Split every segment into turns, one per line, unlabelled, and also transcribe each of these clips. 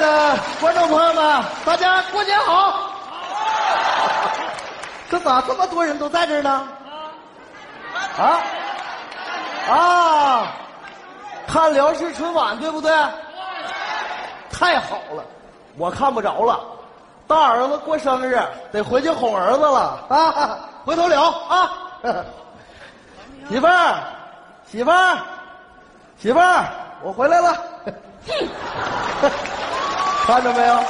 们、观众朋友们，大家过年好！这咋这么多人都在这儿呢？啊啊！看《辽视春晚》对不对？太好了，我看不着了。大儿子过生日，得回去哄儿子了啊！回头聊啊！ 媳妇儿，媳妇儿，媳妇儿，我回来了。看着没有？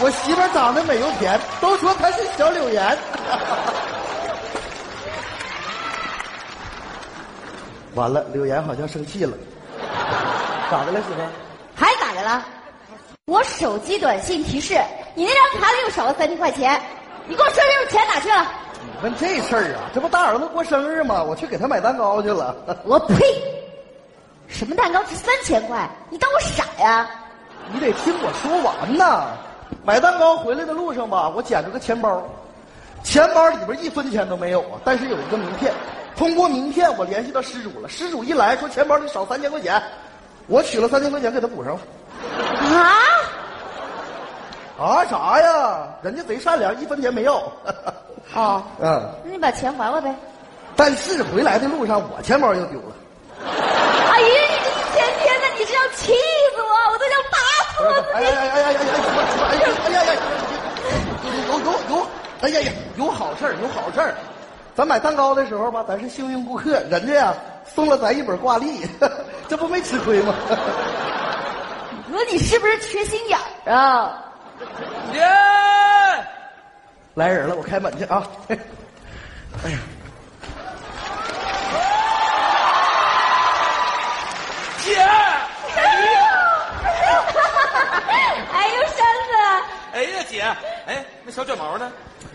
我媳妇儿长得美又甜，都说她是小柳岩。完了，柳岩好像生气了，咋的了，媳妇儿？
还咋的了？我手机短信提示你那张卡里又少了三千块钱，你给我说这种钱哪去了？
你问这事儿啊？这不大儿子过生日吗？我去给他买蛋糕去了。
我呸！什么蛋糕值三千块？你当我傻呀？
你得听我说完呐。买蛋糕回来的路上吧，我捡着个钱包，钱包里边一分钱都没有啊，但是有一个名片。通过名片，我联系到失主了。失主一来说钱包里少三千块钱，我取了三千块钱给他补上了。
啊？
啊啥呀？人家贼善良，一分钱没要。
哦，
嗯，
那你把钱还我呗。
但是回来的路上我钱包又丢了。
哎呀，你这一天天的，你是要气死我，我都想打死我
哎呀呀呀呀呀呀！哎呀哎呀呀！有有有！哎呀呀，有好事儿，有好事儿。咱买蛋糕的时候吧，咱是幸运顾客，人家呀送了咱一本挂历，这不没吃亏吗？
你说你是不是缺心眼儿啊？
爹，
来人了，我开门去啊！哎呀，
姐，
哎呦，山
哎呀姐，哎，那小卷毛呢？
子，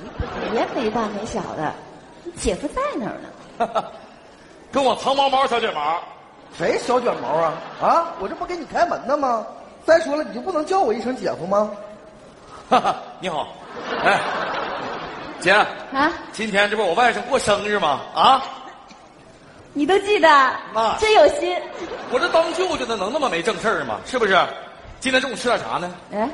别没大没小的，你姐夫在哪儿呢？
跟我藏猫猫小卷毛，
谁小卷毛啊？啊，我这不给你开门呢吗？再说了，你就不能叫我一声姐夫吗？
哈哈，你好，哎，姐，
啊？
今天这不我外甥过生日吗？啊，
你都记得？
那
真有心。
我这当舅舅的能那么没正事儿吗？是不是？今天中午吃点啥呢？
哎，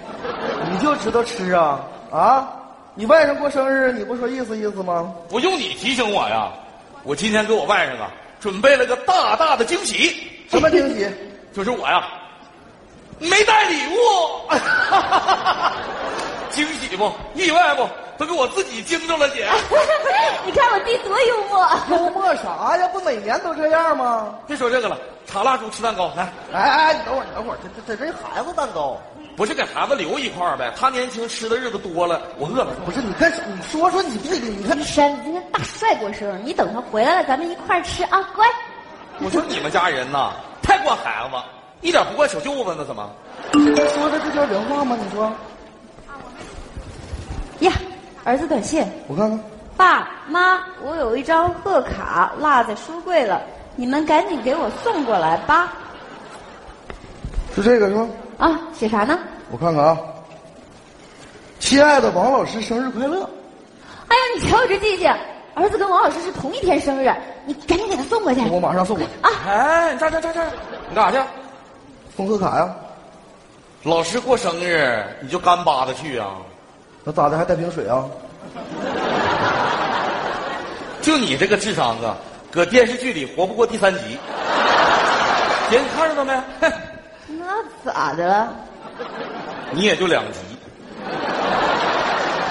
你就知道吃啊啊！你外甥过生日，你不说意思意思吗？
不用你提醒我呀，我今天给我外甥啊准备了个大大的惊喜，
什么惊喜？
就是我呀没带礼 物，惊喜不？意外不？都给我自己惊着了，姐。
你看我弟多幽默。
幽默啥呀？不每年都这样吗？
别说这个了，插蜡烛吃蛋糕来，
哎哎，你等会儿，你等会儿，这这这这孩子蛋糕，
不是给孩子留一块儿呗？他年轻吃的日子多了，我饿了。
不是你看，你说说你弟弟，你看
山子今天大帅过生日，你等他回来了，咱们一块儿吃啊，乖。
我说你们家人呐， 太惯孩子，一点不惯小舅子呢，怎么？
你说的这叫人话吗？你说，
呀，儿子短信，
我看看，
爸妈，我有一张贺卡落在书柜了，你们赶紧给我送过来吧。
是这个是吗？
啊，写啥呢？
我看看啊，亲爱的王老师，生日快乐！
哎呀，你瞧我这记性，儿子跟王老师是同一天生日，你赶紧给他送过去。
我马上送过去，
啊
哎，你站站站站，你干啥去？
送贺卡呀。
老师过生日你就干巴的去啊？
那咋的还带瓶水啊？
就你这个智商啊，搁电视剧里活不过第三 集。姐，你看着了没？哼
那咋的了？
你也就两集。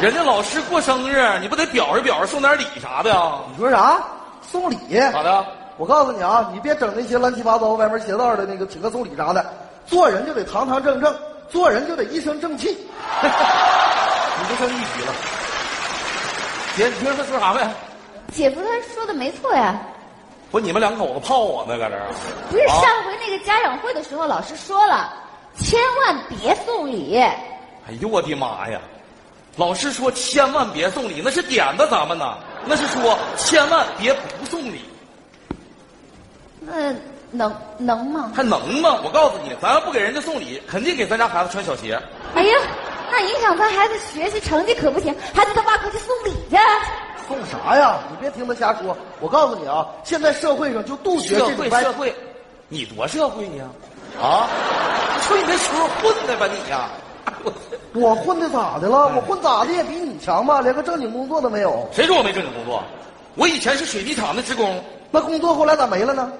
人家老师过生日，你不得表示表示，送点礼啥的呀？
你说啥？送礼？
咋的？
我告诉你啊，你别整那些乱七八糟、歪门邪道的那个请客送礼啥的，做人就得堂堂正正，做人就得一身正气。
你就剩一局了。姐，你听他说啥没？
姐夫他说的没错呀。
不，你们两口子泡我呢，搁这儿。
不是
啊
上回那个家长会的时候，老师说了，千万别送礼。
哎呦我的妈呀！老师说千万别送礼，那是点子咱们呐，那是说千万别不送礼，
那能能吗？
还能吗？我告诉你，咱要不给人家送礼，肯定给咱家孩子穿小鞋。
哎呀，那影响咱孩子学习成绩可不行，孩子他爸快去送礼去。
送啥呀？你别听他瞎说。我告诉你啊，现在社会上就杜绝
社
这种
会
歪
社会，你多社会你啊？啊？说你那时候混的吧你呀、我
我混的咋的了？我混咋的也比你强吧？连个正经工作都没有。
谁说我没正经工作？我以前是水泥厂的职工，
那工作后来咋没了呢？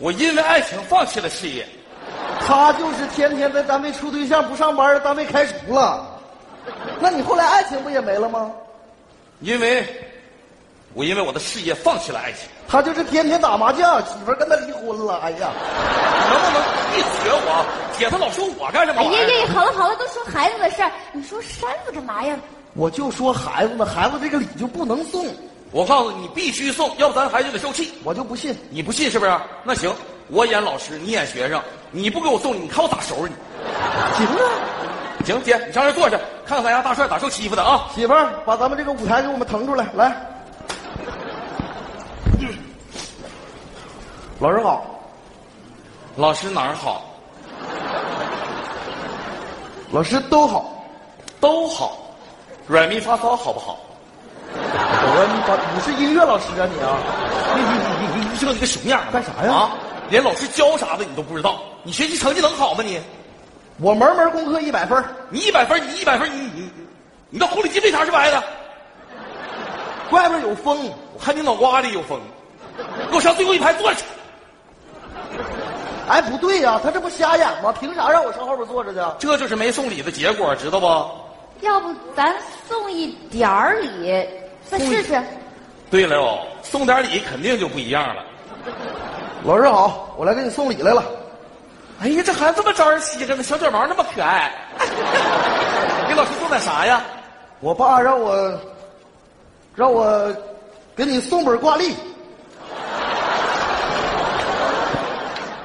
我因为爱情放弃了事业。
他就是天天在单位处对象，不上班，单位开除了。那你后来爱情不也没了吗？
因为，我因为我的事业放弃了爱情，
他就是天天打麻将，媳妇儿跟他离婚了。哎呀，
能不能别学我啊？姐，他老说我干什么
哎
玩意
呀
儿？啊
呀，好了好了，都说孩子的事儿，你说扇子干嘛呀？
我就说孩子呢，孩子这个礼就不能送，
我告诉你，必须送，要不咱孩子得受气。
我就不信。
你不信是不是？那行，我演老师，你演学生，你不给我送礼，你看我咋收拾你？
行啊，
行，姐，你上这坐着，看看咱家大帅咋受欺负的啊！
媳妇儿，把咱们这个舞台给我们腾出来，来。老师好，
老师哪儿好？
老师都好。
都好，软绵发骚好不好？
我你把你是音乐老师啊你啊？
你你你你知道你个熊样吗
干啥呀
啊，连老师教啥的你都不知道，你学习成绩能好吗你？
我门门功课一百分儿，
你一百分，你一百分，你你你那狐狸精为啥是白的？
外边有风，
我看你脑瓜里有风，给我上最后一排坐去。
哎不对呀、他这不瞎演吗？凭啥让我上后边坐着去？啊
这就是没送礼的结果，知道不？
要不咱送一点儿礼，再试试。
对了哟，送点礼肯定就不一样了。
老师好，我来给你送礼来了。
哎呀，这孩子这么招人稀罕呢，小卷毛那么可爱。 给老师送点啥呀？
我爸让我，让我给你送本挂历。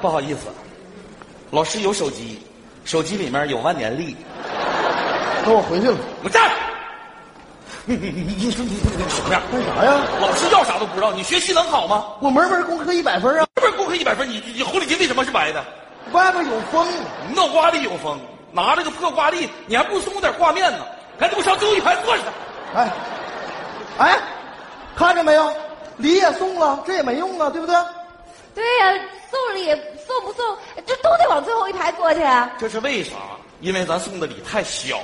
不好意思，老师有手机，手机里面有万年历。
那我回去了。
我站着！你你你你说你你你什么样？
干啥呀？
老师要啥都不知道，你学习能好吗？
我门门功课一百分儿啊，
是不是功课一百分？你你你狐狸精为什么是白的？
外边有风，
你脑瓜里有风，拿着个破挂历，你还不如送我点挂面呢。赶紧给我上最后一排坐着。
哎，哎，看着没有？礼也送了，这也没用啊，对不对？
对呀、送礼送不送，这都得往最后一排坐去啊。
这是为啥？因为咱送的礼太小，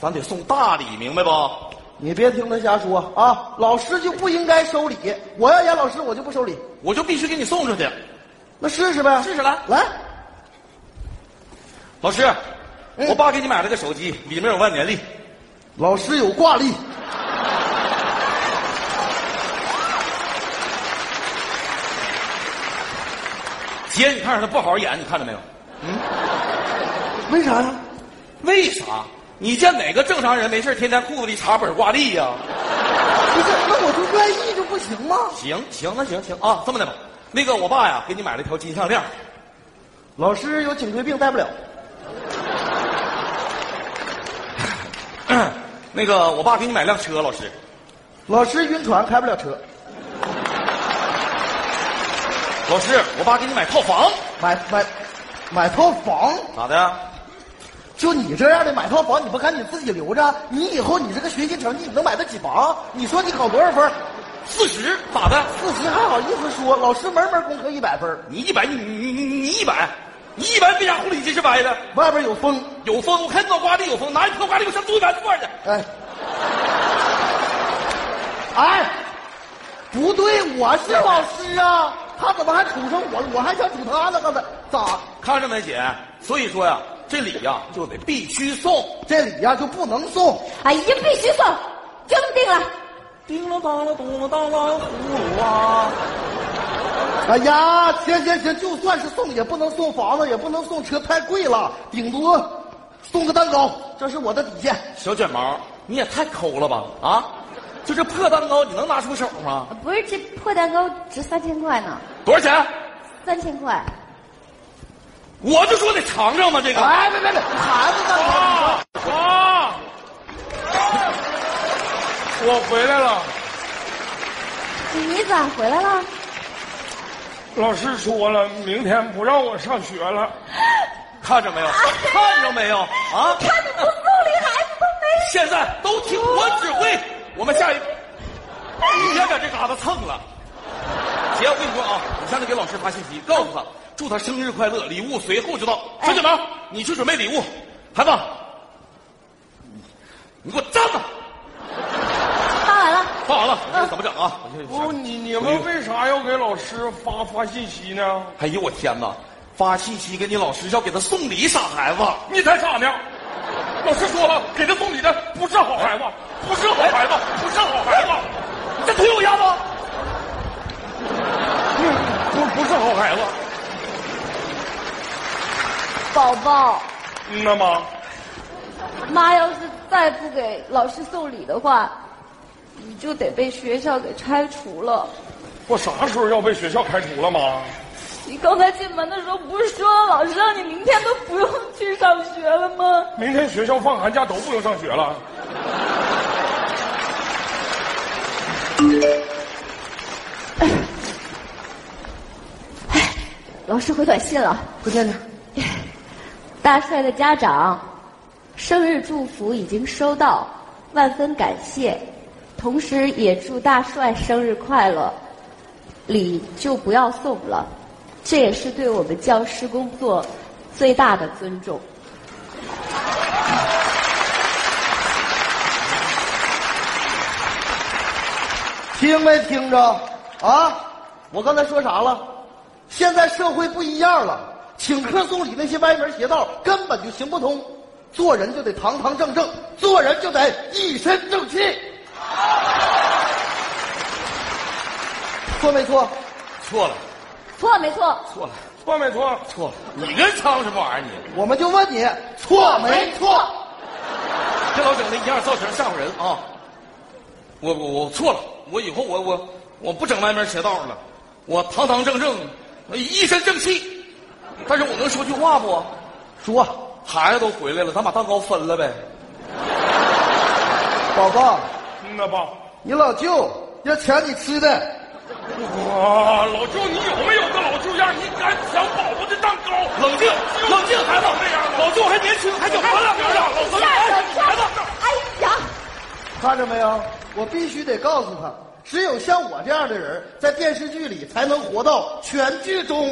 咱得送大礼，明白不？
你别听他瞎说啊！老师就不应该收礼，我要演老师，我就不收礼。
我就必须给你送出去。啊
那试试呗，
试试来
来，
老师，
嗯
我爸给你买了个手机，里面有万年历。
老师有挂历，
姐，你看着他不好好演，你看着没有？
为啥呀？
为啥？你见哪个正常人没事天天裤子里插本挂历呀、
不是，那我就愿意就不行吗？
行行，那行行啊，这么的吧，那个我爸呀给你买了一条金项链，
老师有颈椎病，戴不了。
那个我爸给你买辆车，老师。
老师晕船，开不了车。
老师，我爸给你买套房，
买买买套房，
咋的？
就你这样的买套房，你不赶紧自己留着？你以后你这个学习成绩，你能买得起房？你说你考多少分？
四十，咋的？
四十还好意思说？老师门门功课一百分，
你一百，你你你你一百，你一百为啥狐狸精是白的？
外边有风，
有风，我看脑瓜里有风，拿一破瓜里给我上桌子板坐去。
哎，哎，不对，我是老师啊，他怎么还杵上我了？我还想杵他呢，刚才咋？
看着没，姐？所以说呀，这礼呀就得必须送。
这礼呀、就不能送，
哎呀，必须送，就这么定了。
叮了当了咚了当啷葫芦娃、
哎呀，行行行，就算是送也不能送房子，也不能送车，太贵了，顶多送个蛋糕，这是我的底线。
小卷毛，你也太抠了吧啊！就这破蛋糕，你能拿出手吗？
不是这破蛋糕值三千块呢，
多少钱？
三千块。
我就说得尝尝嘛，这个。
啊
哎，别别别，孩子蛋糕，
啊啊！我回来了，
你咋回来了？
老师说了，明天不让我上学了。
看着没有？看着没有？啊！
啊看你不送礼，孩子都没。
现在都听我指挥，我们下一，
哎
你别在这嘎达蹭了。姐，我跟你说啊，你下次给老师发信息，告诉他祝
哎
他生日快乐，礼物随后就到。小姐们，你去准备礼物。孩子，你给我站吧！
发完了，
放完了，我
嗯
这怎么整啊？我这
不，哦你你
我
们
就
为啥要给老师发发信息呢？
哎呦我天哪！发信息给你老师要给他送礼，傻孩子！
你才傻呢！老师说了，给他送礼的不是好孩子，不是好孩子，不是好孩子，
你再推我一下 子！嗯
不不是好孩子。
宝宝，
嗯呐妈，
妈要是再不给老师送礼的话，你就得被学校给拆除了。
我啥时候要被学校开除了妈？
你刚才进门的时候不是说老师让你明天都不用去上学了吗？
明天学校放寒假都不用上学了。
老师回短信了，
快念念。
大帅的家长，生日祝福已经收到，万分感谢，同时也祝大帅生日快乐。礼就不要送了，这也是对我们教师工作最大的尊重。
听没听着啊？我刚才说啥了？现在社会不一样了，请客送礼那些歪门邪道根本就行不通。做人就得堂堂正正，做人就得一身正气。错没错？
错了，
错没错？
错了，
错没错？
错了！你跟唱什么玩意儿你？
我们就问你，错没错？
这老整的一样造型吓唬人啊！我我我错了，我以后我我我不整歪门邪道了，我堂堂正正，一身正气。但是我能说句话不？
说，
孩子都回来了，咱把蛋糕分了呗。
宝宝，
嗯呐爸，
你老舅要抢你吃的，
哇，老舅你有没有个老舅样？你敢抢宝宝的蛋糕？
冷静，冷静，孩子
这样吗，
老舅还年轻，还整完了，
哎
老
哎
子
孩子
哎呀！
看着没有？我必须得告诉他，只有像我这样的人，在电视剧里才能活到全剧终。